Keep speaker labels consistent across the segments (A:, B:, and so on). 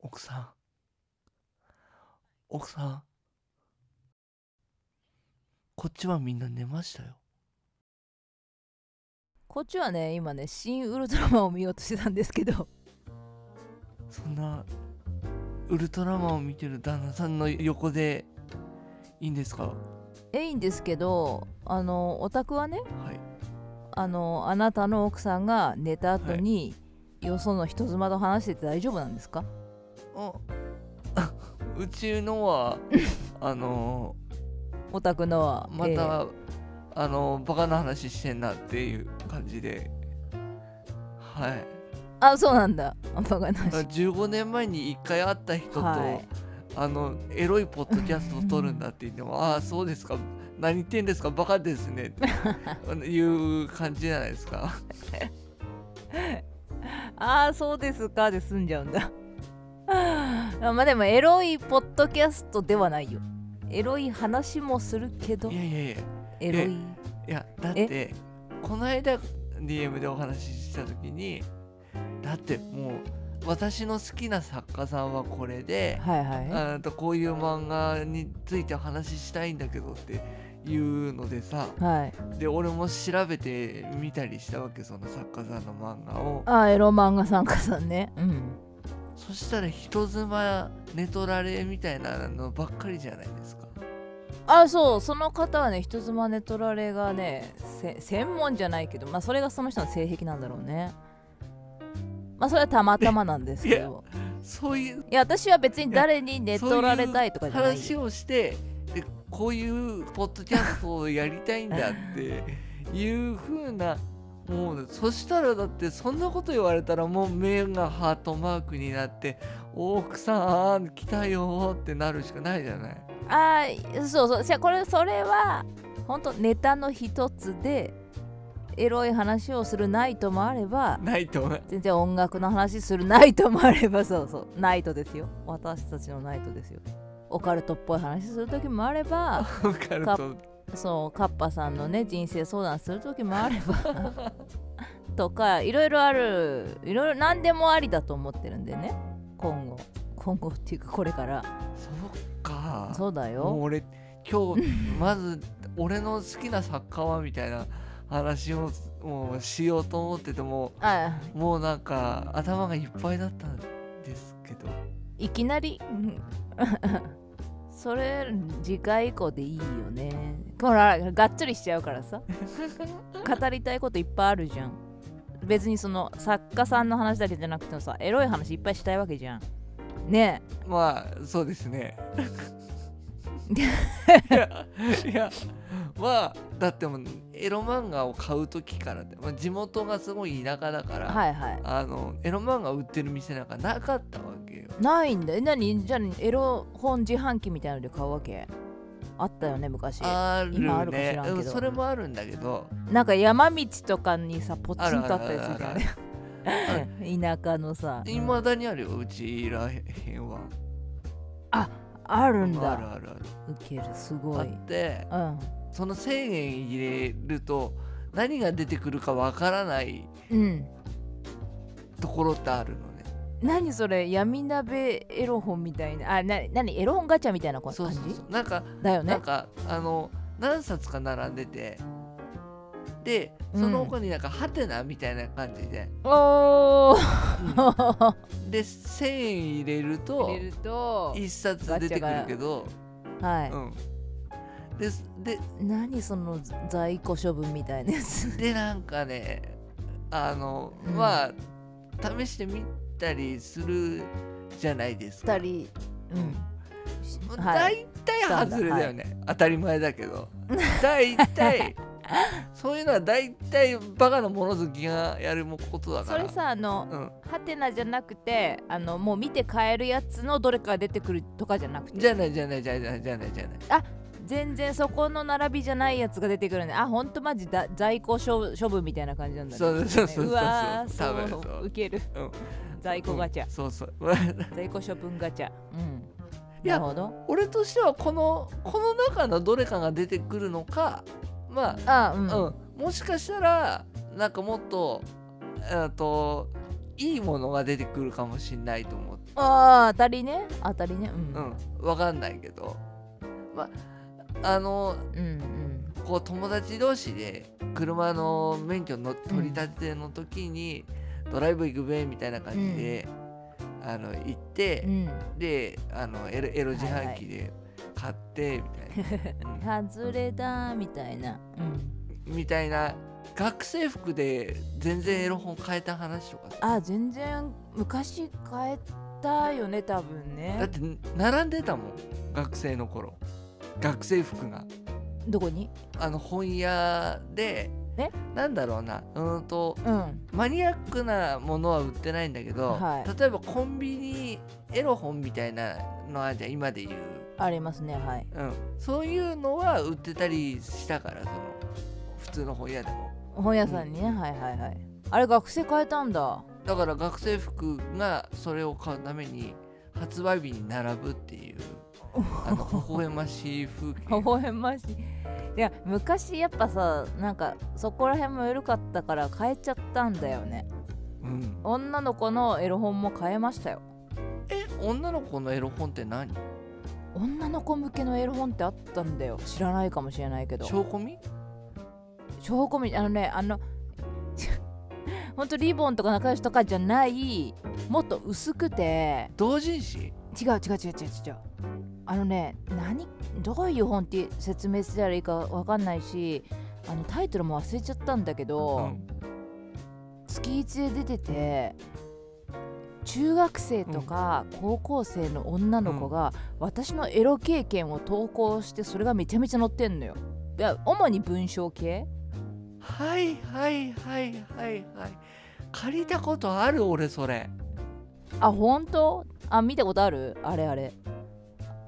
A: 奥さん奥さんこっちはみんな寝ましたよ
B: こっちはね今ね「新ウルトラマン」を見ようとしてたんですけど
A: そんなウルトラマンを見てる旦那さんの横でいいんですかは
B: えいいんですけどあのお宅はね
A: い
B: あのあなたの奥さんが寝た後に、よその人妻と話してて大丈夫なんですか
A: あ うちの はあの
B: お宅のは
A: ま
B: えー
A: た、あのバカな話してんなっていう感じではい
B: あそうなんだバカ
A: だ
B: な
A: から
B: 話
A: 15年前に1回会った人と、
B: はい
A: あのエロいポッドキャストを撮るんだって言って も「ああそうですか何言ってんですかバカですね」っていう感じじゃないですか
B: ああそうですかで済んじゃうんだ あまあでもエロいポッドキャストではないよエロい話もするけど
A: いやいやいや
B: エロい
A: いやだってこの間 DM でお話しした時にだってもう私の好きな作家さんはこれで、
B: はいは
A: あとこういう漫画についてお話ししたいんだけどっていうのでさ
B: いはい
A: で俺も調べてみたりしたわけその作家さんの漫画を
B: ああエロ漫画参加さんねうん
A: そしたら人妻寝取られみたいなのばっかりじゃないですか
B: あそうその方はね人妻ネトラレがねせ専門じゃないけどまあそれがその人の性癖なんだろうねまあそれはたまたまなんですけど
A: そういう
B: いや私は別に誰に寝取られたいとかじゃない
A: 話をしてでこういうポッドキャストをやりたいんだ っていう風なもうそしたらだってそんなこと言われたらもう目がハートマークになって「奥さん来たよ」ってなるしかないじゃない。
B: あーそうそうじゃあこれそれは本当ネタの一つでエロい話をするナイトもあれば
A: ないと思う
B: 全然音楽の話するナイトもあれば そうそうナイトですよ私たちのナイトですよオカルトっぽい話する時もあれば
A: わかると
B: そうカッパさんのね人生相談する時もあれば とかいろいろあるいろいろ何でもありだと思ってるんでね今後今後っていうかこれから
A: そうか
B: そうだ
A: もう
B: よ
A: 俺今日まず俺の好きな作家はみたいな話をもうしようと思ってても
B: あ
A: もうなんか頭がいっぱいだったんですけど
B: いきなりうん それ次回以降でいいよねほらがっつりしちゃうからさ語りたいこといっぱいあるじゃん別にその作家さんの話だけじゃなくてもさエロい話いっぱいしたいわけじゃんねえ
A: まあそうです ねいやいやまあだってもうエロ漫画を買う時からで、まあ、地元がすごい田舎だから、
B: はいはい
A: あのエロ漫画売ってる店なんかなかったわけよ
B: ないんだえ何じゃあエロ本自販機みたいなので買うわけあったよね昔
A: ある
B: 今あるか知
A: ね
B: らんけど
A: うんそれもあるんだけど
B: なんか山道とかにさポツ
A: ある
B: ン
A: あ
B: と
A: るあ
B: あったやつみ
A: る
B: た
A: あ
B: い
A: る
B: なね田舎のさ
A: いまだにあるようちらへんは
B: あるん
A: ある
B: だ
A: あるある
B: ウケるす
A: あ
B: ごい
A: って
B: うん
A: その制限入れると何が出てくるかわからない
B: うん
A: ところってあるのね
B: 何それ闇鍋エロ本みたいなあな何エロ本ガチャみたいなこ
A: そ
B: 感
A: う
B: じ
A: そうそうなんか、
B: だよ
A: なん
B: ね
A: かあの何冊か並んでてで
B: うん
A: その他になんかハテナみたいな感じ で、
B: おお
A: で1000円入れると
B: 入れると
A: 1冊出てくるけど、
B: はい、
A: うん、ですで
B: 何その在庫処分みたいなやつ
A: でなんかねあの、
B: うん
A: まあ試してみたりするじゃないですか
B: 二人うん
A: もう
B: はい
A: 大体外れだよね、当たり前だけ ど大体そういうのは大体バカな物好きがやることだか
B: そ
A: ら
B: れさあの
A: うん、
B: ハテナじゃなくてあのもう見て買えるやつのどれかが出てくるとかじゃなくて
A: じゃないじゃないじゃないじゃないじゃない
B: 全然そこの並びじゃないやつが出てくるねあほんとマジだ在庫処処分みたいな感じなんだね
A: そうそうそうそうそう
B: うわー
A: 多分
B: そ
A: そう
B: うウケる
A: うん
B: 在庫ガチャ
A: うんそうそう
B: 在庫処分ガチャうん
A: いや
B: なるほど
A: 俺としてはこのこの中のどれかが出てくるのかまあ
B: あうん、
A: うん、もしかしたらなんかもっとえーといいものが出てくるかもしれないと思って
B: ああ当たりね当たりねうん
A: うん分かんないけどまあの
B: うん
A: こう友達同士で車の免許の取り立ての時に、ドライブ行くべみたいな感じで、あの行って
B: う、ん
A: であのエロエロ自販機で買ってみたいな、う ん
B: うん外れだみたいなうん
A: みたいな学生服で全然エロ本変えた話とかさ
B: あ全然昔変えたよね多分
A: だっ
B: ね
A: て並んでたもん学生の頃学生服が
B: どこに
A: あの本屋で
B: え
A: なんだろうなうーんと
B: うん
A: マニアックなものは売ってないんだけど、
B: はい
A: 例えばコンビニエロ本みたいなのあるじゃん今で言う、
B: ありますねはい
A: うん、そういうのは売ってたりしたからその普通の本屋でも
B: 本屋さんにね、はいはいはいあれ学生変えたんだ
A: だから学生服がそれを買うために発売日に並ぶっていうあの微笑ましい風 景
B: 微笑ましいいや昔やっぱさなんかそこら辺も緩かったから変えちゃったんだよね
A: うん、
B: 女の子のエロ本も変えましたよ
A: え女の子のエロ本って何
B: 女の子向けのエロ本ってあったんだよ知らないかもしれないけど
A: 証拠見
B: 証拠みあのねあの ほんとリボンとか仲良しとかじゃないもっと薄くて
A: 同人誌
B: 違う違う違う違う違うあのね何どういう本って説明したらいいかわかんないしあのタイトルも忘れちゃったんだけ
A: う
B: ど、
A: ん
B: 月一で出てて中学生とか高校生の女の子が私のエロ経験を投稿してそれがめちゃめちゃ載ってんのよ。いや主に文章系
A: はいはいはいはいはい借りたことある俺それ
B: あ本当あ見たことあるあれあれ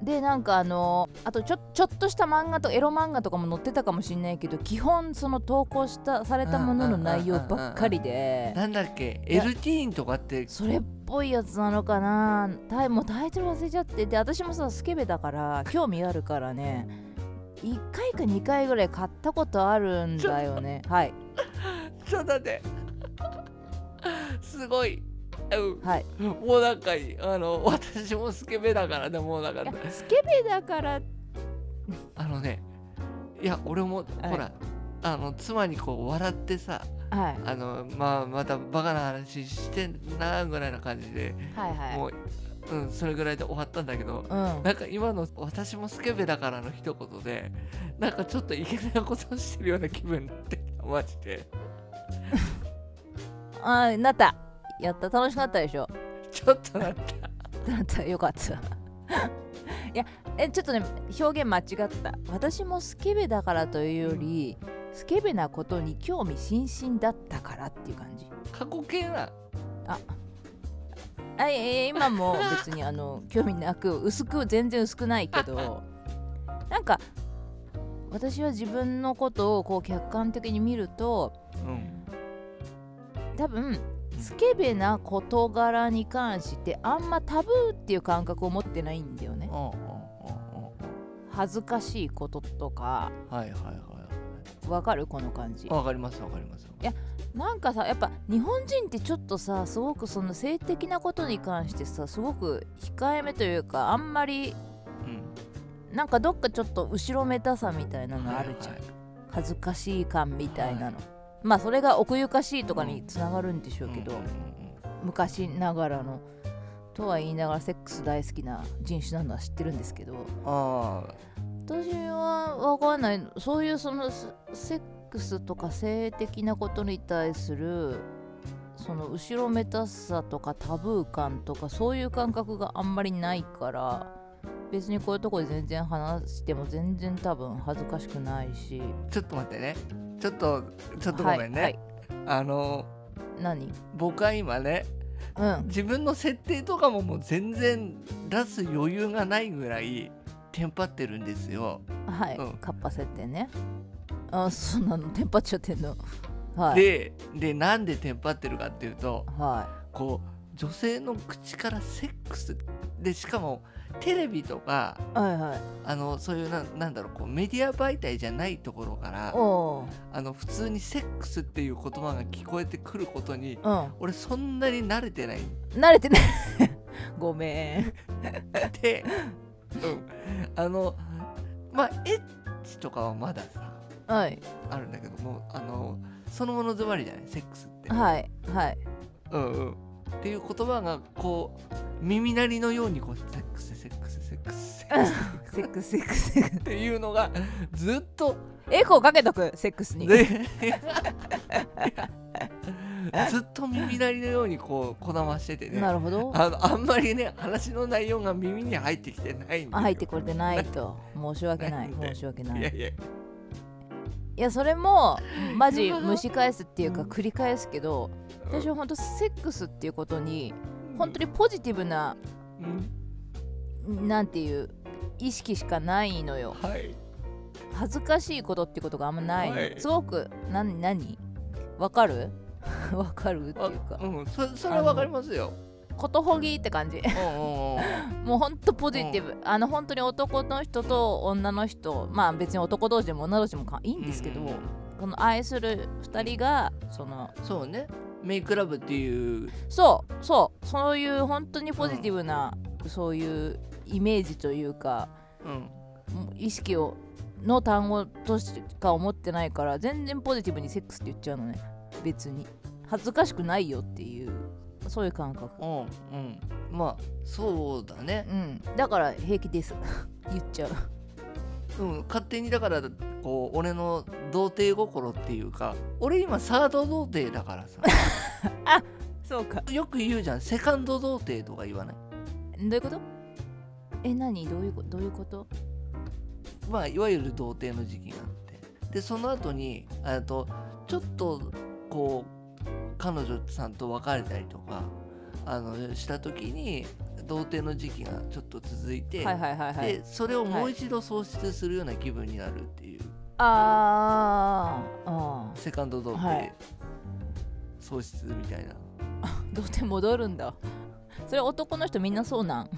B: でなんかあのあとちょちょっとした漫画とエロ漫画とかも載ってたかもしんないけど基本その投稿したされたものの内容ばっかりで
A: なんだっけ
B: いや
A: LT ティーンとかって
B: それっぽいやつなのかなタイもうタイトル忘れちゃってで私もさスケベだから興味あるからね1回か2回ぐらい買ったことあるんだよねはい
A: ちょっと待ってすごいうん
B: はい
A: もうなんかあの私もスケベだからでもうなんか
B: いやスケベだから
A: あのねいや俺も
B: はい
A: ほらあの妻にこう笑ってさ
B: はい
A: あのまあまたバカな話してんなぐらいな感じで
B: はいはい
A: もう、うん、それぐらいで終わったんだけど
B: うん
A: なんか今の「私もスケベだから」の一言でなんかちょっといけないことをしてるような気分になってきたマジで
B: あーなったやった楽しかったでしょ
A: ちょっとなった
B: だった よかったいやえちょっとね表現間違った私もスケベだからというより、スケベなことに興味津々だったからっていう感じ
A: 過去形な
B: あいやいや今も別にあの興味なく薄く全然薄くないけどなんか私は自分のことをこう客観的に見ると
A: うん
B: 多分スケベな事柄に関してあんまタブーっていう感覚を持ってないんだよね
A: うんうんうんうん
B: 恥ずかしいこととか
A: はいはいは
B: わかるこの感じ
A: いわかりますわかります
B: やなんかさやっぱ日本人ってちょっとさすごくその性的なことに関してさすごく控えめというかあんまり
A: うん
B: なんかどっかちょっと後ろめたさみたいなのあるじゃん、
A: はいはい
B: 恥ずかしい感みたいなの、まあそれが奥ゆかしいとかにつながるんでしょうけど、
A: うんうんうん
B: 昔ながらのとは言いながらセックス大好きな人種なのは知ってるんですけど
A: あ
B: 私はわかんないそういうそのセセックスとか性的なことに対するその後ろめたさとかタブー感とかそういう感覚があんまりないから別にこういうとこで全然話しても全然多分恥ずかしくないし
A: あちょっと待ってねちょっとちょっとご
B: はい
A: めんね、
B: はい
A: あの
B: 何
A: 僕は今ね
B: うん
A: 自分の設定とかももう全然出す余裕がないぐらいテンパってるんですよ、
B: はい、
A: うん
B: カッパ設定ねあそんなのテンパっちゃってんのはい
A: ででなんでテンパってるかっていうと
B: は
A: こう女性の口からセックスでしかもテレビとか
B: いはいはい
A: あのそういうななんだろうこうメディア媒体じゃないところから
B: おう
A: あの普通にセックスっていう言葉が聞こえてくることに
B: うん
A: 俺そんなに慣れてない
B: 慣れてない ごめん
A: で、うん、あのまあエッチとかはまださ
B: はい
A: あるんだけどもあのそのものずばりじゃないセックスって、
B: はいはい
A: うんうん、っていう言葉がこう耳鳴りのようにこうセックスセックスセックスセックス
B: セックスセックスセックス
A: っていうのがずっと
B: エコーかけとくセックスに、
A: ね ずっと耳鳴りのようにこうこだましててね
B: なるほど
A: あのあんまりね話の内容が耳に入ってきてないんだよ
B: 入ってこれてないと申し訳ない
A: なんで
B: 申し訳ないい
A: やいや
B: いやそれもマジ蒸し返すっていうか繰り返すけど私
A: は
B: は本当セックスっていうことに本当にポジティブな
A: に、うん
B: なんていう意識しかないのよ
A: はい
B: 恥ずかしいことってことがあんまないの、
A: はい
B: すごく何何わかる わかるっていう
A: あ
B: か
A: うんそそれはわかりますよ
B: ことほぎって感じ
A: うんうんうん
B: もうほんとポジティブ、あの本当に男の人と女の人まあ別に男同士でも女同士でもかい いんですけど、
A: うんうん
B: この愛する2人がその
A: そうねメイクラブっていう
B: そうそうそういう本当にポジティブな、そういうイメージというか
A: うん
B: もう意識をの単語としか思ってないから全然ポジティブにセックスって言っちゃうのね別に恥ずかしくないよっていうそういう感覚
A: うんうんまあそうだね
B: うんだから平気です 言っちゃう
A: うん、勝手にだからこう俺の童貞心っていうか俺今サード童貞だからさ
B: そうか
A: よく言うじゃんセカンド童貞とか言わない
B: どういうことえ何どういうことどういうこと
A: まあいわゆる童貞の時期があってでその後にえっとちょっとこう彼女さんと別れたりとかあのした時に童貞の時期がちょっと続いて、
B: はいはいはいはい
A: でそれをもう一度喪失するような気分になるっていう、
B: あーあ
A: セカンド童貞、
B: はい
A: 喪失みたいな
B: ーどうして戻るんだそれ男の人みんなそうなん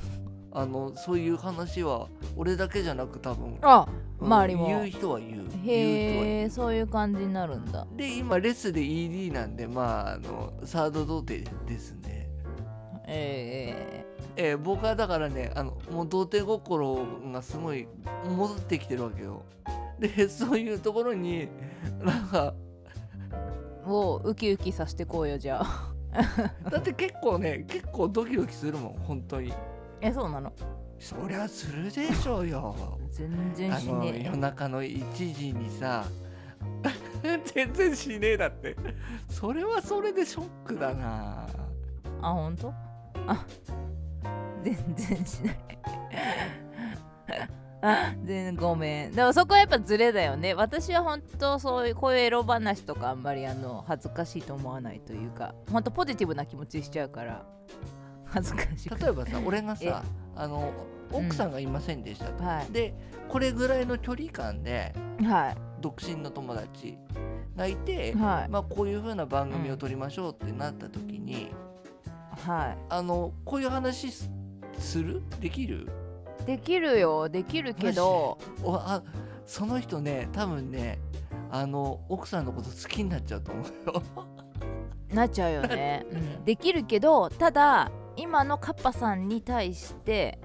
A: あのそういう話は俺だけじゃなく多分
B: あ
A: うん
B: 周りも
A: 言う人は言う言う人は言
B: へえそういう感じになるんだ
A: うで今レスで ED なんでまああのサード童貞ですねえ
B: え
A: ー僕はだからねあのもう童貞心がすごい戻ってきてるわけよでそういうところになんか
B: えをウキウキさせてこうよじゃあ
A: だって結構ね結構ドキドキするもん本当に
B: えそうなの
A: そりゃするでしょうよ
B: 全然
A: あ
B: し
A: の
B: ね
A: 夜中の1時にさ 全然しねえだってそれはそれでショックだな
B: えあ本当あ全然しないあ全然ごめんでもそこはやっぱズレだよね私は本当そういうこういうエロ話とかあんまりあの恥ずかしいと思わないというか本当ポジティブな気持ちしちゃうから恥ずかしく
A: 例えばさ俺がさあの奥さんがいませんでしたと、
B: は
A: でこれぐらいの距離感で
B: いは
A: 独身の友達がいて
B: い、はい
A: まあ、こういう風な番組を撮りましょうってなった時に、
B: はい
A: あのこういう話すするできる
B: できるよできるけど
A: おあその人ね多分ねあの奥さんのこと好きになっちゃうと思うよ。
B: なっちゃうよね、 うん、できるけどただ今のカッパさんに対して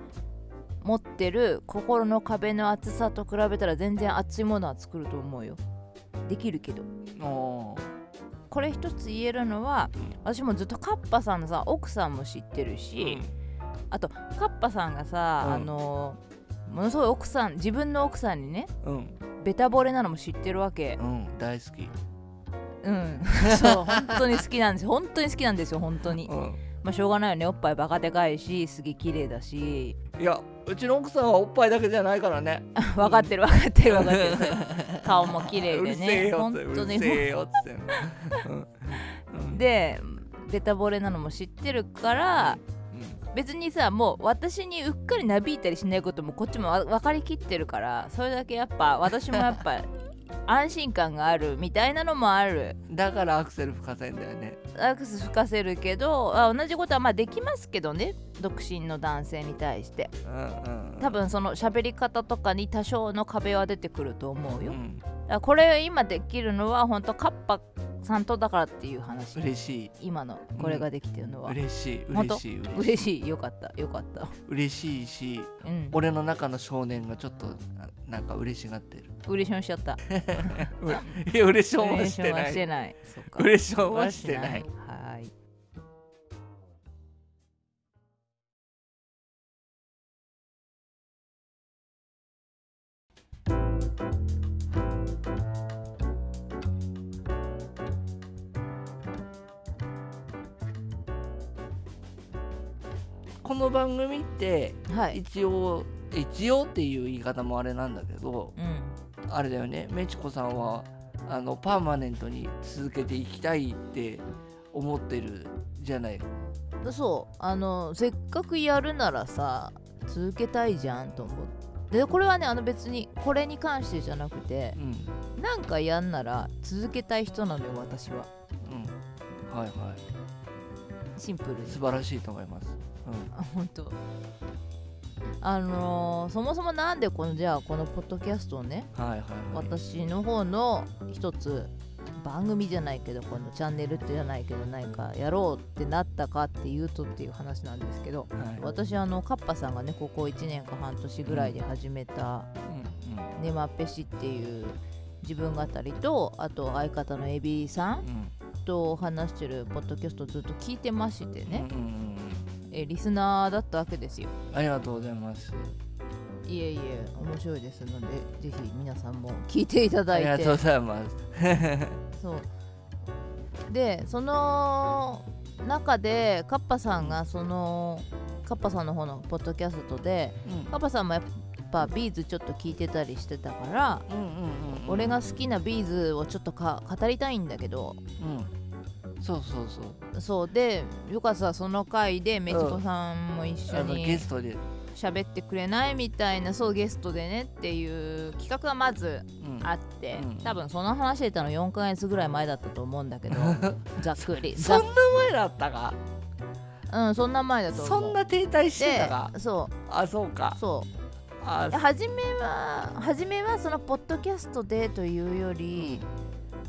B: 持ってる心の壁の厚さと比べたら全然厚いものは作ると思うよできるけど
A: おー
B: これ一つ言えるのは私もずっとカッパさんのさ奥さんも知ってるし、あとカッパさんがさ、
A: うん
B: あのものすごい奥さん自分の奥さんにね
A: うんうん
B: ベタ惚れなのも知ってるわけ
A: うん大好き、
B: うん、 そう本当に好きなんです本当に好きなんですよ本当に
A: う
B: まあしょうがないよねおっぱいバカでかいしすげえ綺麗だし
A: ん、いやうちの奥さんはおっぱいだけじゃないからね
B: 分かってる分かってる分かってる顔も綺 麗
A: うる
B: で
A: せえ
B: ね
A: よっ
B: 本
A: てう
B: 当
A: る
B: に
A: せえよっつってうんうん
B: でベタ惚れなのも知ってるから別にさもう私にうっかりなびいたりしないこともこっちもわ分かりきってるからそれだけやっぱ私もやっ ぱ安心感があるみたいなのもある
A: うんだからアクセル吹かせんだよね
B: アクセス吹かせるけどあ同じことはまあできますけどね独身の男性に対して
A: うんうんうん
B: 多分その喋り方とかに多少の壁は出てくると思う
A: う
B: よ、だか
A: ん
B: らこれ今できるのは本当カッパさんとだからっていう話
A: 嬉しい
B: 今のこれができてるのは、
A: 嬉しい
B: 本当
A: 嬉しい嬉しい
B: 嬉しいよかったよかった、
A: 嬉しいし
B: うん、
A: 俺の中の少年がちょっとななんか嬉しが ってる
B: 嬉しょんしちゃった
A: いや嬉しょんは
B: 嬉
A: し
B: しょ
A: て
B: んは
A: な
B: し
A: い
B: てないそっか
A: 嬉しょんはしてない
B: はーい
A: この番組って
B: はい、
A: 一応一応っていう言い方もあれなんだけど
B: うん、
A: あれだよねめちこさんはあのパーマネントに続けていきたいって思ってるじゃない
B: そうあのせっかくやるならさ続けたいじゃんと思ってでこれはねあの別にこれに関してじゃなくて
A: うん
B: なんかやんなら続けたい人なのよ私は
A: うんはいは
B: シンプルに
A: い素晴らしいと思います
B: あ本当あのーそもそもなんでこのじゃあこのポッドキャストをね
A: うんはいはいはい
B: 私の方の一つ番組じゃないけどこのチャンネルってじゃないけどなんかやろうってなったかっていうとっていう話なんですけど
A: はい
B: 私あのカッパさんがねここ1年か半年ぐらいで始めた
A: うんうん
B: 「ネマペシ」っていう自分語りとあと相方のエビさん
A: うん
B: と話してるポッドキャストをずっと聞いてましてね、
A: うんうんうん
B: えリスナーだったわけですよ
A: うんありがとうございます
B: いえいえ面白いですのでぜひ皆さんも聞いていただ
A: ありが
B: い
A: とうご
B: て
A: ざいます
B: そうでその中でカッパさんがそのカッパさんの方のポッドキャストで
A: うん
B: パパさんもやっぱビーズちょっと聞いてたりしてたから、
A: うんうんうんうん
B: 俺が好きなビーズをちょっとか語りたいんだけど
A: うんそうそうそう
B: そうでよかさその回でメチコさんも一緒
A: あのゲ
B: に
A: ストで
B: 喋ってくれないみたいなそうゲストでねっていう企画がまず
A: うん
B: あって、
A: うん
B: 多分その話してたの4ヶ月ぐらい前だったと思うん だけどざっくり
A: そ
B: ざ
A: ん
B: っ
A: な前だったか
B: うんそんな前だと思
A: そ
B: うん
A: な停滞してた
B: で
A: か
B: そ
A: あそうか
B: うそう
A: あ
B: 初めは初めはそのポッドキャストでというより、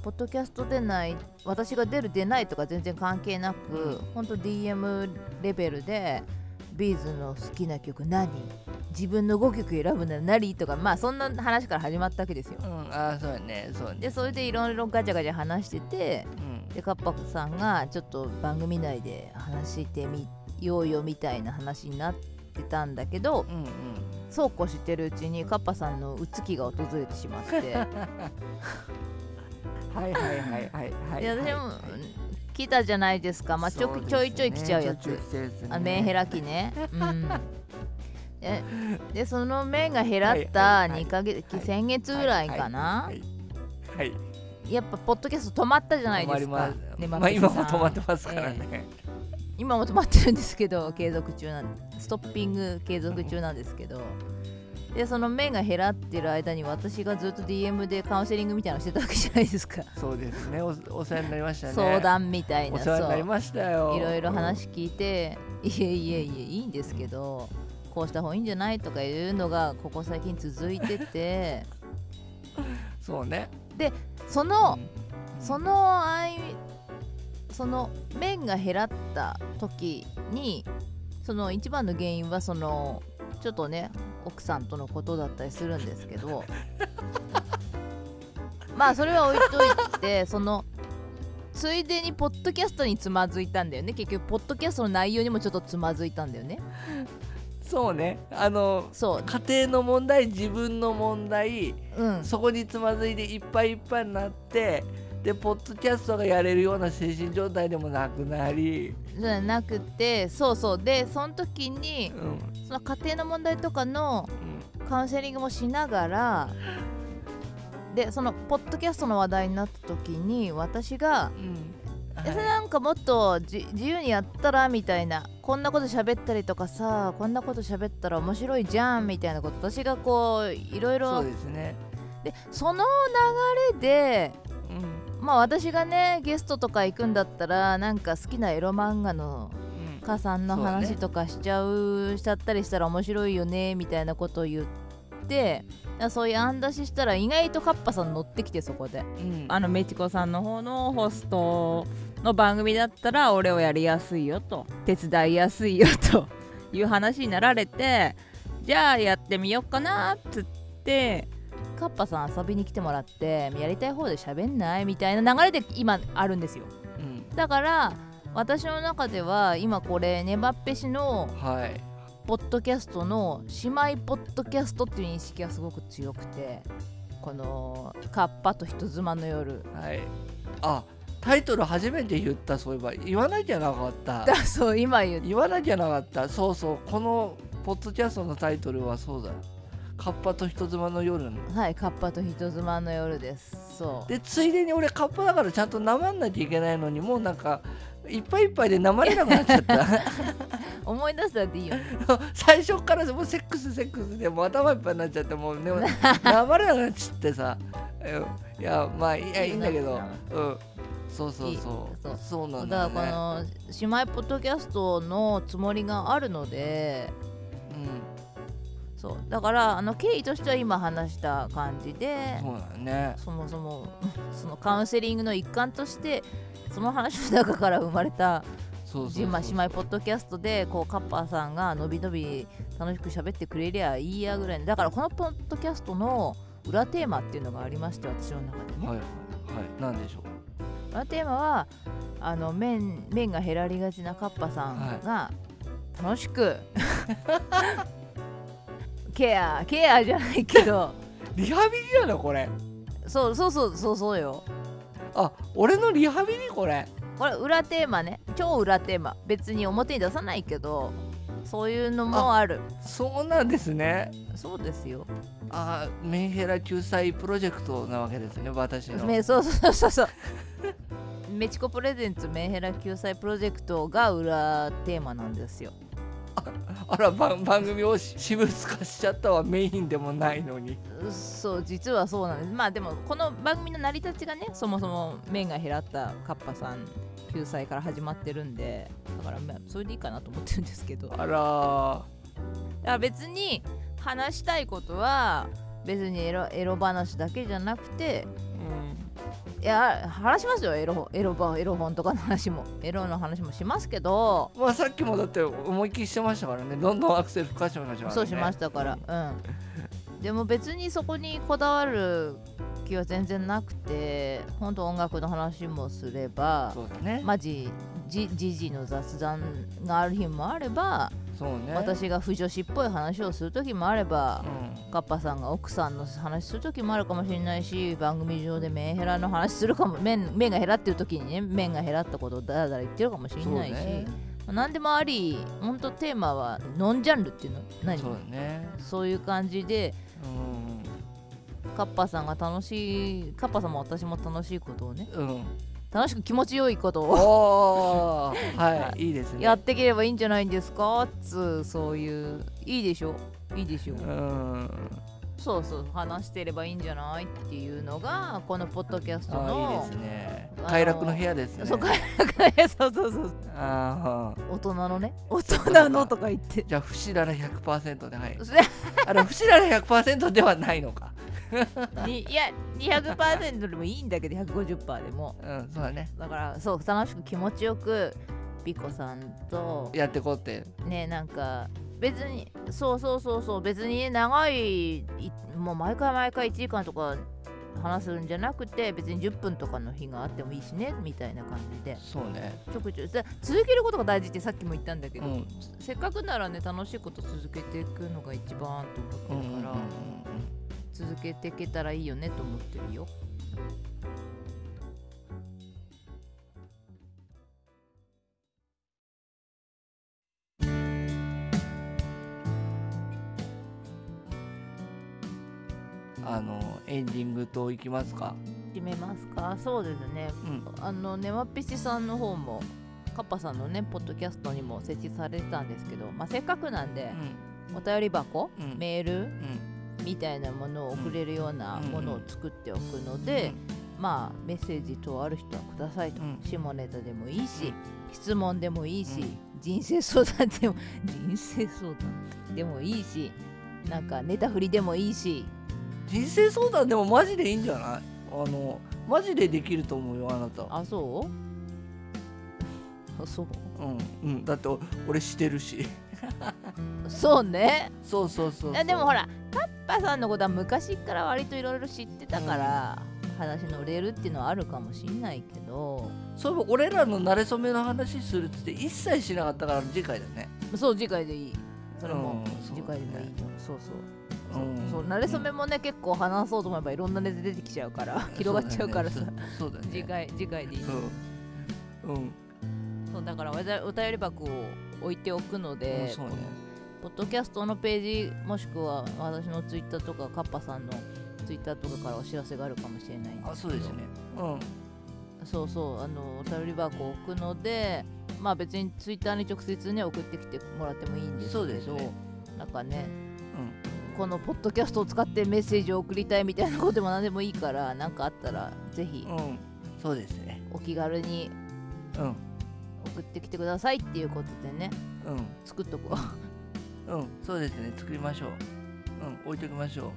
B: ポッドキャストでない私が出る出ないとか全然関係なく、ほんと DM レベルでビーズの好きな曲何自分の5曲選ぶなら何とかまあそんな話から始まったわけですよ
A: うんあそうやねそうね
B: でそれでいろいろガチャガチャ話してて
A: うん
B: でカッパさんがちょっと番組内で話してみようよみたいな話になってたんだけど、
A: うんうん
B: そうこうしてるうちにカッパさんのうつきが訪れてしまって
A: はいはいはいはいはい
B: や私もうん来たじゃないですか、まあ、ちょくちょいちょい来ちゃうやつ、あメンヘ
A: ラ
B: ラ期ね、うん、えでその面が減らった
A: はいはい
B: 2ヶ月、
A: はい
B: 先月ぐらいかな、
A: はいはい
B: やっぱポッドキャスト止まったじゃない
A: 止ま
B: で
A: り
B: す
A: ま
B: か
A: す
B: ね
A: ま
B: マ
A: あ
B: ッキーさ
A: 今も
B: ん
A: 止まってますから
B: え
A: ね
B: え今も止まってるんですけど継続中なんストッピング継続中なんですけどでその面が減らってる間に私がずっと DM でカウンセリングみたいなのしてたわけじゃないですか
A: そうですねおお世話になりましたね
B: 相談みたい
A: お
B: な
A: 世話になり
B: そ
A: ましたよ
B: ういろいろ話聞いていえいえいえいいんですけどこうした方がいいんじゃないとかいうのがここ最近続いてて
A: そうね
B: その
A: うん
B: そのあいその面が減らった時にその一番の原因はそのちょっとね奥さんとのことだったりするんです けどまあそれは置いといてそのついでにポッドキャストにつまずいたんだよね結局ポッドキャストの内容にもちょっとつまずいたんだよね
A: そうねあの
B: そう
A: 家庭の問題自分の問題
B: うん
A: そこにつまずいていっぱいいっぱいになってでポッドキャストがやれるような精神状態でもなくなり、
B: じゃなくてそうそうでその時に
A: うんうん、
B: その家庭の問題とかのカウンセリングもしながらでそのポッドキャストの話題になった時に私が
A: は
B: えそれ
A: い
B: なんかもっとじ自由にやったらみたいなこんなこと喋ったりとかさこんなこと喋ったら面白いじゃんみたいなこと私がこういろい
A: そ
B: ろ
A: うですね、
B: でその流れで
A: うん
B: まあ私がねゲストとか行くんだったらなんか好きなエロ漫画の
A: うん
B: 母さんの
A: そうだね
B: 話とかしちゃうしちゃったりしたら面白いよねみたいなことを言っってあそういう案出ししたら意外とカッパさん乗ってきてそこで
A: うん
C: あのメチコさんの方のホストの番組だったら俺をやりやすいよと手伝いやすいよという話になられてじゃあやってみようかなっつって
B: カッパさん遊びに来てもらってやりたい方で喋んないみたいな流れで今あるんですよ
A: うん
B: だから私の中では今これネバっぺしの
A: はい
B: ポッドキャストの姉妹ポッドキャストっていう認識がすごく強くてこの「カッパと人妻の夜
A: はいあタイトル初めて言ったそういえば言わなきゃなかっ」
B: だ
A: た
B: そう今言う
A: 言わなきゃなかったそうそうこのポッドキャストのタイトルはそうだカッパと人妻の夜の
B: はい「カッパと人妻の夜」ですそう
A: でついでに俺カッパだからちゃんとなまんなきゃいけないのにもうなんかいっぱいいっぱいでなまれなくなっちゃ った
B: 思い出すだっていいよ
A: 最初からもうセックスセックスでもう頭いっぱいになっちゃってもうでもなまれなくなっちゃってさうんいやまあいやいいんだけどうんそうそうそう
B: いい
A: そうな
B: だ
A: ん
B: か
A: だ
B: ら
A: よ
B: こ
A: ね
B: の姉妹ポッドキャストのつもりがあるのでそうだからあの経緯としては今話した感じで
A: うんそうだね
B: そもそも そのカウンセリングの一環としてその話の中から生まれた
A: そうそう
B: ジ
A: そう
B: ンマ姉妹ポッドキャストでこうカッパーさんがのびのび楽しく喋ってくれりゃいいやぐらいのだからこのポッドキャストの裏テーマっていうのがありまして私の中でね
A: はいはいはいなんでしょ
B: 裏テーマはあの麺麺が減らりがちなカッパさんが楽しく、 ケアケアじゃないけど
A: うリハビリなのこれ
B: そうそうそうそうそうよ
A: あ俺のリハビリこれ
B: これ裏テーマね超裏テーマ別に表に出さないけどそういうのもある
A: そうなんですね
B: そうですよ
A: あーメンヘラ救済プロジェクトなわけですね私の
B: めそうそうそうそうメチコプレゼンツメンヘラ救済プロジェクトが裏テーマなんですよ
A: あら番番組をし私物化しちゃったはメインでもないのに
B: そう実はそうなんですまあでもこの番組の成り立ちがねそもそも面が減らったカッパさん救済から始まってるんでだからまあそれでいいかなと思ってるんですけどだか
A: あら
B: ら別に話したいことは別にエロエロ話だけじゃなくていや話しますよエロエロ本エロ本とかの話もエロの話もしますけど
A: まあさっきもだって思いっきりしてましたからねどんどんアクセル吹かしてましたからね
B: そうしましたから、うん。でも別にそこにこだわる気は全然なくて、本当音楽の話もすれば、
A: そうだね、
B: マジじじじの雑談がある日もあれば、
A: そうね
B: 私が不女子っぽい話をする時もあれば
A: う。ん
B: カッパさんが奥さんの話する時もあるかもしれないし番組上でメンヘラの話するかも面面が減らってる時にね面が減らったことをだらだら言ってるかもしれ
A: そう
B: ないし、
A: ね
B: 何でもあり本当テーマはノンジャンルっていうの何
A: そうだね
B: そういう感じでカッパさんが楽しいカッパさんも私も楽しいことをね
A: うんうん
B: 楽しく気持ちよいこ とを
A: おーはいいいですね
B: やっていければいいんじゃないんですかつうそういういいでしょいいでしょ
A: うん
B: そうそう話してればいいんじゃないっていうのがこのポッドキャスト
A: あ
B: の
A: いいですね
B: あの
A: 快楽の部屋ですね
B: そうかそうそうそう
A: あー
B: 大人のね大人のとか言って
A: じゃあ不死だら100%ではい
B: それ
A: あら不死だら100%ではないのか
B: にいや200%でもいいんだけど150%でも
A: うんそうだね
B: だからそう楽しく気持ちよくピコさんと
A: やってこうって
B: ねなんか別にそうそうそうそう別にね長いいもう毎回毎回1時間とか話すんじゃなくて別に10分とかの日があってもいいしねみたいな感じで
A: そうね
B: ちょくちょくで続けることが大事ってさっきも言ったんだけ
A: う
B: ど、
A: ん
B: せっかくならね楽しいこと続けていくのが一番と
A: うんうん
B: 思って
A: うんう
B: るから、
A: ん
B: 続けていけたらいいよねと思ってるよ。
A: あのエンディングといきますか。
B: 決めますかそうですね
A: うん。
B: あのねまっぴしさんの方もカッパさんのねポッドキャストにも設置されてたんですけど、まあ、せっかくなんで
A: う、ん。
B: お便り箱、
A: うん
B: メール
A: うん。
B: みたいなものを送れるような
A: うん
B: ものを作っておくので、まあメッセージ等ある人はくださいと、
A: うん
B: 下ネタでもいいし質問でもいいし、
A: うん
B: 人生相談でも人生相談でもいいしなんかネタ振りでもいいし
A: 人生相談でもマジでいいんじゃないあのマジでできると思うよあなた
B: あそうあそう
A: うん、うん、だってお俺してるし
B: そうね
A: そうそうそうそう
B: いやでもほらカッパさんのことは昔から割といろいろ知ってたから、話の売れるっていうのはあるかもしんないけど
A: そういえば俺らの馴れ初めの話するっつって一切しなかったから次回だね
B: そう次回でいいそれも、
A: うんそうだ
B: 次
A: ね
B: 回でもいいと思うそうそう
A: うん
B: そう慣れ初めもね、結構話そうと思えばいろんなネタ出てきちゃうから
A: うん
B: 広がっちゃうからさ、
A: そうだね
B: 次回次回でいい、
A: うんうん、
B: そうだからお便お便り箱を置いておくの
A: うん
B: で、
A: そうね
B: ポッドキャストのページもしくは私のツイッターとかカッパさんのツイッターとかからお知らせがあるかもしれないんですけど
A: あそうですねうん
B: そうそうあのお便り箱を置くのでまあ別にツイッターに直接ね送ってきてもらってもいいんですけど
A: そうですね
B: なんかねこのポッドキャストを使ってメッセージを送りたいみたいなことでも何でもいいから何かあったらぜひ
A: うんうんそうですね
B: お気軽に
A: うん
B: 送ってきてくださいっていうことでね
A: う
B: 作っとこ
A: んうんそうですね作りましょううん置いときましょ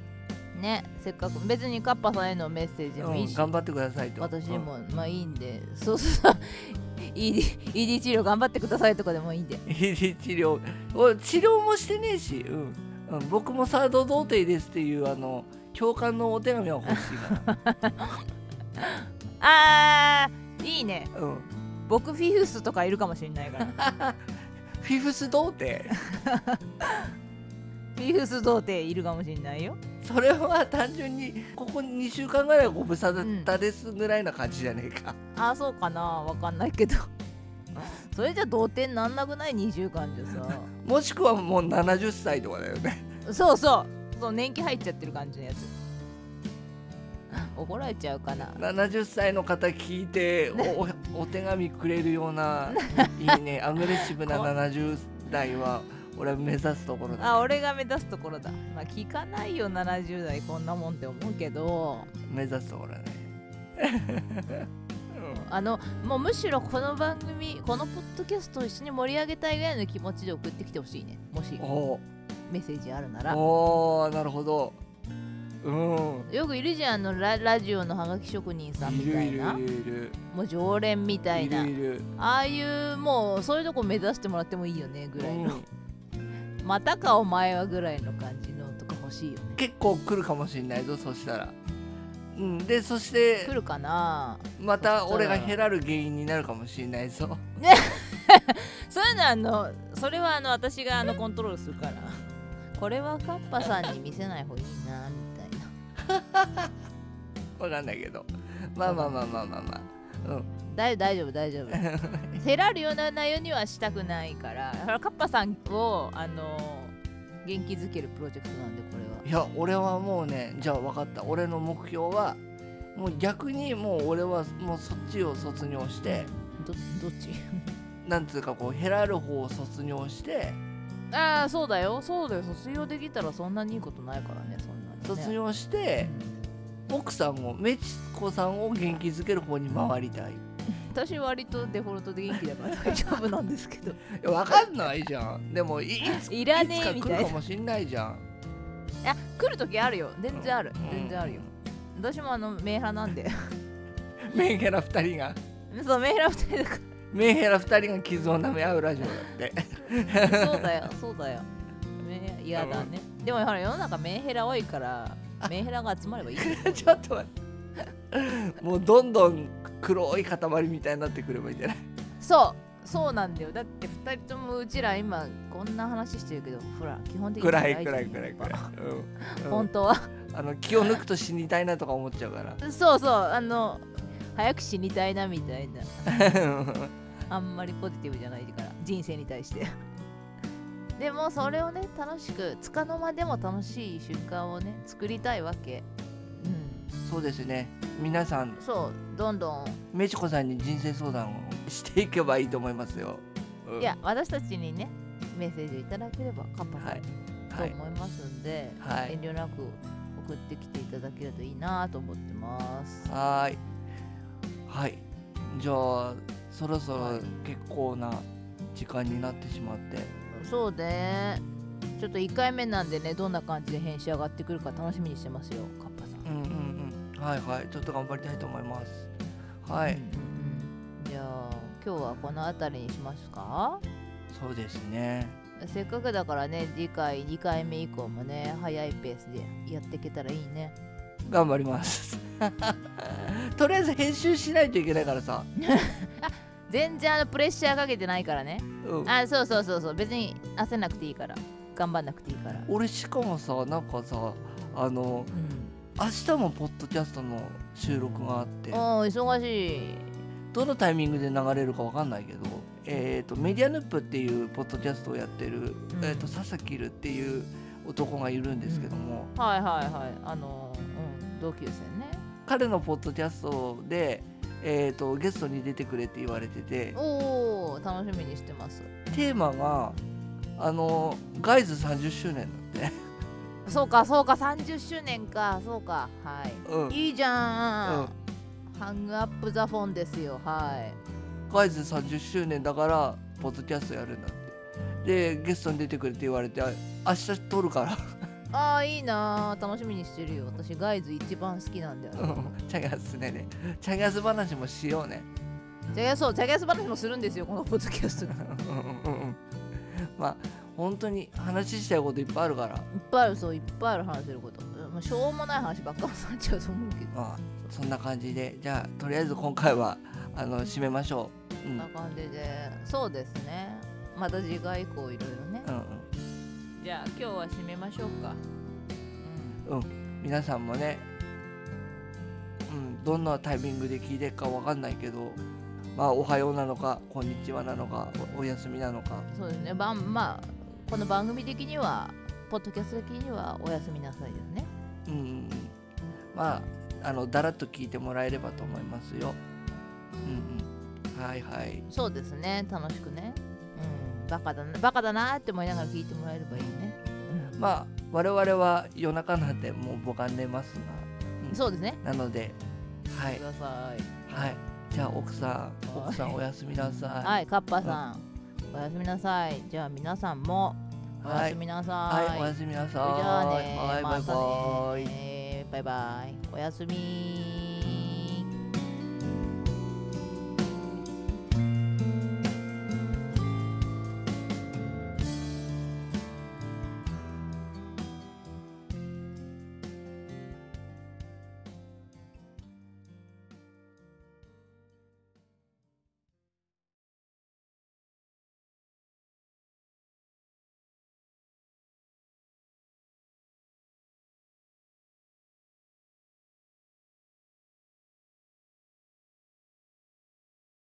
B: うねせっかく別にカッパさんへのメッセー
A: う
B: ジもいい
A: うん、
B: し、
A: 頑張ってくださいと
B: 私に、もまあいいんでそうそうそう ED, ED 治療頑張ってくださいとかでもいいんで
A: うん、 いい治療お治療もしてねえし、うんうん、僕もサード童貞ですっていうあの共感のお手紙は欲しいか
B: あーいいね
A: ら、うん、
B: 僕フィフスとかいるかもしれない からフ
A: フィフス童貞
B: ィフス童貞いるかもしれないよ
A: それは単純にここ2週間ぐらいご無沙汰ですぐらいな感じじゃねえか、
B: あそうかなわかんないけどそれじゃ童貞なんなくない2週間でさ
A: もしくはもう70歳とかだよね
B: そうそうそう年季入っちゃってる感じのやつ怒られちゃうかな
A: 70歳の方聞いておおお手紙くれるよう ないいねアグレッシブな70代は俺は目指すところだ、
B: あ俺が目指すところだまあ聞かないよ70代こんなもんって思うけど
A: 目指すところだね
B: あのもうむしろこの番組このポッドキャストを一緒に盛り上げたいぐらいの気持ちで送ってきてほしいねもし
A: うんお
B: メッセージあるな
A: ー
B: ら
A: おーなるほどうん
B: よくいるじゃんあのララジオのハガキ職人さんみ
A: い
B: た
A: るい
B: い
A: る
B: な
A: る
B: い
A: いる
B: もう常連みた
A: い
B: いな
A: るいる
B: ああいうもうそういうとこ目指してもらってもいいよねぐらいの、
A: うん
B: またかお前はぐらいの感じのとか欲しいよね
A: 結構来るかもしれないぞそしたら。うん、でそして
B: 来るかな
A: また俺が
B: そしたら
A: 減らる原因になるかもしれないぞ。
B: そういうのはあのそれはあの私があのコントロールするからこれはカッパさんに見せない方がいいなみたいな
A: わかんないけど。まあまあまあまあまあまあ。うん、
B: 大大丈夫大丈夫せらるような内容にはしたくないからだからカッパさんをあの元気づけるプロジェクトなんでこれは
A: や
B: い
A: 俺はもうねじゃあ分かった俺の目標はもう逆にもう俺はもうそっちを卒業して
B: どどっち
A: なんつうかこう減らる方を卒業して
B: ああそうだよそうだよ卒業できたらそんなにいいことないからねそんなのね
A: 卒業して奥さんをメチコさんを元気づける方に回りたい。い
B: 私割とデフォルトで元気だから大丈夫なんで すけど
A: やわかんないじゃん。でもいいつ
B: い
A: い
B: らね
A: つ
B: え
A: か
B: み
A: 来
B: た
A: る
B: い
A: か
B: な
A: もしんないじゃん。
B: あ来る時あるよ全然ある
A: うん
B: 全然あるよ私もあのメンヘラなんで
A: メンヘラ2人が
B: そうメンヘラ二人だか
A: メンヘラ2人が傷を舐め合うラジオだって
B: らそうだよそうだよメンいやだねでもほら世の中メンヘラ多い からメンヘラが集まればいいよ
A: ちょっと待って もうどんどん黒い塊みたいになってくればいいんじゃない
B: そうそうなんだよだって二人ともうちら今こんな話してるけどほら基本的に
A: 暗い
B: 大丈夫
A: 暗い暗い暗い、うんうん
B: 本当は
A: あの気を抜くと死にたいなとか思っちゃうから
B: そうそうあの早く死にたいなみたいなあんまりポジティブじゃないから人生に対して でもそれをね楽しくつかの間でも楽しい瞬間をね作りたいわけ う
A: そうですね皆さん
B: んそうどんどん、
A: メチコさんに人生相談をしていけばいいと思いますよ、うん
B: いや私たちにねメッセージをいただければカッパさん、
A: はい
B: と
A: はい
B: 思いますんで、
A: はい
B: 遠慮なく送ってきていただけるといいなと思ってます
A: はーいはいじゃあそろそろ結構な時間になってしまって
B: そうねちょっと1回目なんでねどんな感じで編集上がってくるか楽しみにしてますよカッパさん、
A: うんうんうんはいはいちょっと頑張りたいと思いますはい、
B: うんうんうんじゃあ今日はこの辺りにしますか
A: そうですね
B: せっかくだからね次回2回目以降もね早いペースでやっていけたらいいね
A: 頑張ります とりあえず編集しないといけないからさ、
B: 全然あのプレッシャーかけてないからね
A: うん、
B: あそうそうそうそう別に焦んなくていいから頑張んなくていいから
A: 俺しかもさなんかさあの
B: うん
A: 明日もポッドキャストの収録があって
B: あー忙しい
A: どのタイミングで流れるかわかんないけど、えー、とメディアヌップっていうポッドキャストをやってる、
B: ん
A: えー、と佐々木るっていう男がいるんですけども、
B: はいはいはいあのうん同級生ね
A: 彼のポッドキャストで、えー、とゲストに出てくれって言われてて
B: おお楽しみにしてます
A: テーマがあのガイズ30周年だって、
B: そうかそうか30周年かそうかはい
A: うん
B: いいじゃん、
A: うん
B: ハングアップザフォンですよはい
A: ガイズ30周年だからポッドキャストやるんだってでゲストに出てくれって言われてあ明日撮るから
B: あーいいなー楽しみにしてるよ私ガイズ一番好きなんだよね
A: うんチャギャスねねチャギャス話もしようね
B: じゃあそうジャギャス話もするんですよこのポッドキャストで いっ
A: うんうんうんうんまあ本当に話したいこといっぱいあるから
B: ぱいあるそういっぱいある話せること、うんまあ、しょうもない話ばっかりになっちゃうと思うけど
A: まあそんな感じでじゃあとりあえず今回はあの締めましょう、う
B: こ
A: ん
B: んな感じでそうですねまた次回以降いろいろね
A: うん
C: じゃあ今日は締めましょうか
A: うん、皆さんもね、うん、どんなタイミングで聞いてるかわかんないけどまあおはようなのかこんにちはなのかおお休みなのか
B: そうですねばんまあこの番組的にはポッドキャスト的にはおやすみなさいですね
A: うんうんうんまああのだらっと聞いてもらえればと思いますようんうんはいはい
B: そうですね楽しくねうんバカだなバカだなって思いながら聞いてもらえればいいね、
A: まあ我々は夜中なんてもう僕は寝ます
B: うんそうですね
A: がなのでは
B: く
A: い
B: ださい
A: はいじゃあ奥さん奥さんおやすみなさ
B: はい、カッパさん、おやすみなさい。じゃあ皆さんも
A: い
B: おや
A: は
B: す
A: い
B: みなさい。
A: はいおやすみなさい
B: じゃあね、
A: はい
B: ま
A: バイ
B: た
A: バイ
B: ねバイバイ。おやすみ。